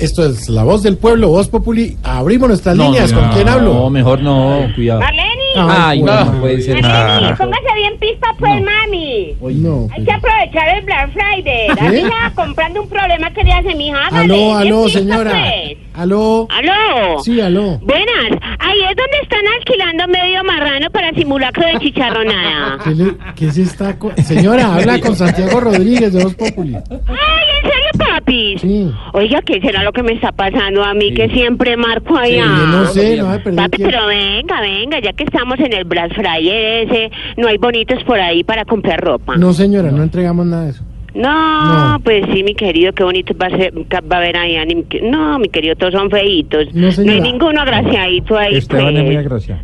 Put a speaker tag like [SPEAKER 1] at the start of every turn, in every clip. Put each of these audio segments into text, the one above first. [SPEAKER 1] Esto es La Voz del Pueblo, Voz Populi. Abrimos nuestras líneas. ¿Con quién
[SPEAKER 2] No,
[SPEAKER 1] hablo?
[SPEAKER 2] mejor no, cuidado.
[SPEAKER 3] Marleni,
[SPEAKER 1] Ah,
[SPEAKER 2] Ay,
[SPEAKER 1] bueno,
[SPEAKER 2] no, puede ser.
[SPEAKER 3] Marleni, Ah, póngase bien pista pues, mami.
[SPEAKER 1] No.
[SPEAKER 3] Hay que aprovechar el Black Friday. La
[SPEAKER 1] ¿Qué?
[SPEAKER 3] mija comprando un problema que le hace mi hija.
[SPEAKER 1] Aló, aló, señora. Aló.
[SPEAKER 3] pues. Aló.
[SPEAKER 1] Sí, aló.
[SPEAKER 3] Buenas. Ahí es donde están alquilando medio marrano para simulacro de chicharronada.
[SPEAKER 1] ¿Qué, le- qué es esta co- Señora, habla con Santiago Rodríguez de Voz Populi.
[SPEAKER 3] Ay, ¿en serio, papi?
[SPEAKER 1] Sí.
[SPEAKER 3] Oiga, ¿qué será lo que me está pasando a mí que siempre marco allá?
[SPEAKER 1] Yo no sé, no va a perder
[SPEAKER 3] Papi,
[SPEAKER 1] tiempo.
[SPEAKER 3] pero venga, venga, ya que estamos en el Black Friday ese, no hay bonitos por ahí para comprar ropa.
[SPEAKER 1] No, señora, no entregamos nada de eso.
[SPEAKER 3] No,
[SPEAKER 1] No.
[SPEAKER 3] pues sí, mi querido, qué bonito va a, ser, va a haber ahí. ani- No, mi querido, todos son feitos.
[SPEAKER 1] No,
[SPEAKER 3] hay
[SPEAKER 1] señora.
[SPEAKER 3] ninguno agraciadito ahí.
[SPEAKER 2] Esteban es muy
[SPEAKER 3] pues.
[SPEAKER 2] agraciado.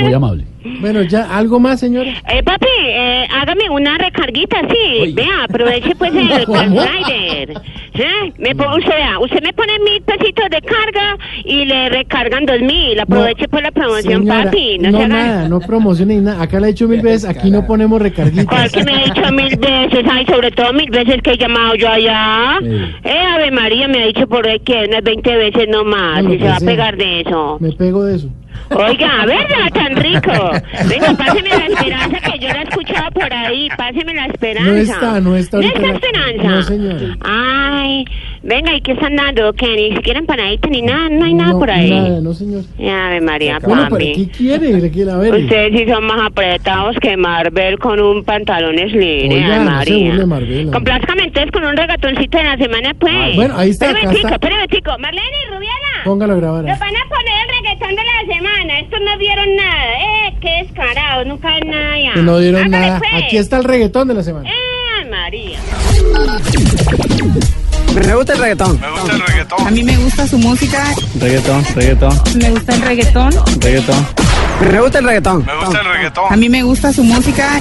[SPEAKER 2] Muy amable.
[SPEAKER 1] Bueno, ya, ¿algo más, señora?
[SPEAKER 3] Eh, papi, eh, hágame una recarguita, sí. Vea, aproveche pues el
[SPEAKER 1] ¿Cómo?
[SPEAKER 3] Black Rider. ¿Eh? Me po- usted, vea, usted me pone mil pesitos de carga y le recargan dos mil. Aproveche pues la promoción,
[SPEAKER 1] Señora,
[SPEAKER 3] papi. No,
[SPEAKER 1] No,
[SPEAKER 3] se haga...
[SPEAKER 1] nada, no promocione ni nada. Acá la he dicho mil veces, aquí no ponemos
[SPEAKER 3] Cual
[SPEAKER 1] recarguitas.
[SPEAKER 3] que me ha dicho mil veces, ay, sobre todo mil veces que he llamado yo allá. Eh, Ave María me ha dicho por ahí que unas 20 veces nomás,
[SPEAKER 1] Bueno,
[SPEAKER 3] y se va a
[SPEAKER 1] pues,
[SPEAKER 3] pegar
[SPEAKER 1] sí.
[SPEAKER 3] de eso.
[SPEAKER 1] Me pego de eso.
[SPEAKER 3] Oiga, ¿verdad? Tan rico. Venga, páseme la esperanza que yo la he escuchado por ahí. Páseme la esperanza.
[SPEAKER 1] No está, no está
[SPEAKER 3] ¿No
[SPEAKER 1] ahorita
[SPEAKER 3] está
[SPEAKER 1] la-
[SPEAKER 3] esperanza?
[SPEAKER 1] no, señora.
[SPEAKER 3] Ay, venga, ¿y qué están dando? Que ni siquiera empanadita ni nada, no hay nada
[SPEAKER 1] No,
[SPEAKER 3] por ahí.
[SPEAKER 1] Nada, no, señor.
[SPEAKER 3] Ave María,
[SPEAKER 1] Bueno, ¿para
[SPEAKER 3] papi.
[SPEAKER 1] qué quiere? ¿Le quiere a ver?
[SPEAKER 3] Ustedes sí son más apretados que Marvel con un pantalón slim,
[SPEAKER 1] Oiga,
[SPEAKER 3] Ave
[SPEAKER 1] no se
[SPEAKER 3] María.
[SPEAKER 1] burle, Marvel.
[SPEAKER 3] Complázcame entonces con un regatoncito de la semana, pues.
[SPEAKER 1] Ah, bueno, ahí está,
[SPEAKER 3] Espérame,
[SPEAKER 1] acá
[SPEAKER 3] tico,
[SPEAKER 1] está.
[SPEAKER 3] espérame, tico. Marlene, Rubiana.
[SPEAKER 1] Póngalo a grabar.
[SPEAKER 3] Nos van a poner el reggaetón de la semana. Estos no vieron nada. Eh, qué descarado. Nunca ven nada. ya.
[SPEAKER 1] Que no dieron
[SPEAKER 3] Hágale,
[SPEAKER 1] nada.
[SPEAKER 3] pues.
[SPEAKER 1] Aquí está el reggaetón de la semana.
[SPEAKER 3] Eh, María.
[SPEAKER 4] A mí me gusta su música,
[SPEAKER 2] Reggaetón, reggaetón,
[SPEAKER 4] me gusta el reggaetón.
[SPEAKER 2] reggaetón.
[SPEAKER 4] A mí me gusta su música.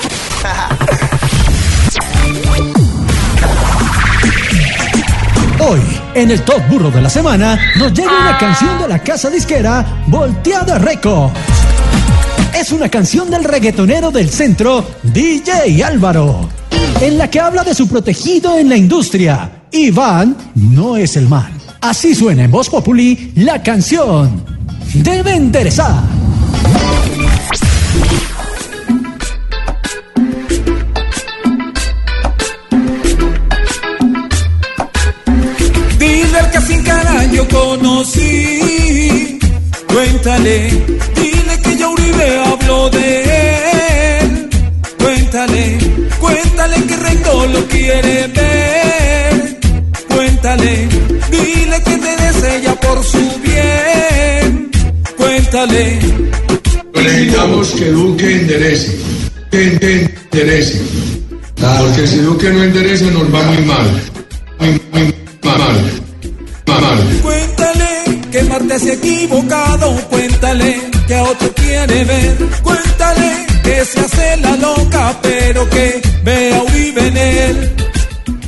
[SPEAKER 5] Hoy, en el Top Burro de la Semana, nos llega una canción de la casa disquera Volteada Records. Es una canción del reggaetonero del centro, DJ Álvaro, en la que habla de su protegido en la industria. Iván no es el mal. Así suena en Voz Populi la canción. Debe interesar.
[SPEAKER 6] Dile que sin cara yo conocí. Cuéntale, dile que ya Uribe habló de él. Cuéntale, cuéntale que Rengo lo quiere ver. Cuéntale, dile que te desea por su bien. Cuéntale.
[SPEAKER 7] Necesitamos que Duque enderece, que, que enderece. Porque si Duque no enderece nos va muy mal. Muy, muy mal. Mal.
[SPEAKER 6] Cuéntale que Marte se ha equivocado, cuéntale que a otro quiere ver, cuéntale que se hace la loca, pero que vea Uribe en él.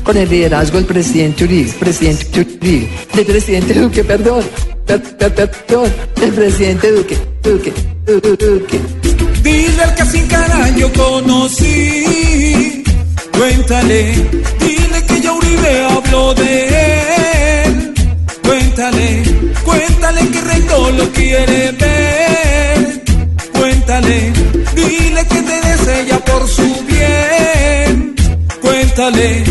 [SPEAKER 8] con el liderazgo del presidente Uribe, presidente Uribe, del presidente Duque, perdón, per- per- perdón, del presidente Duque, Duque, Du- Du- Duque.
[SPEAKER 6] Dile al que sin cara yo conocí, cuéntale, dile que ya Uribe habló de él, cuéntale, cuéntale que Rengo lo quiere ver, cuéntale, dile que te desea por su bien. Cuéntale,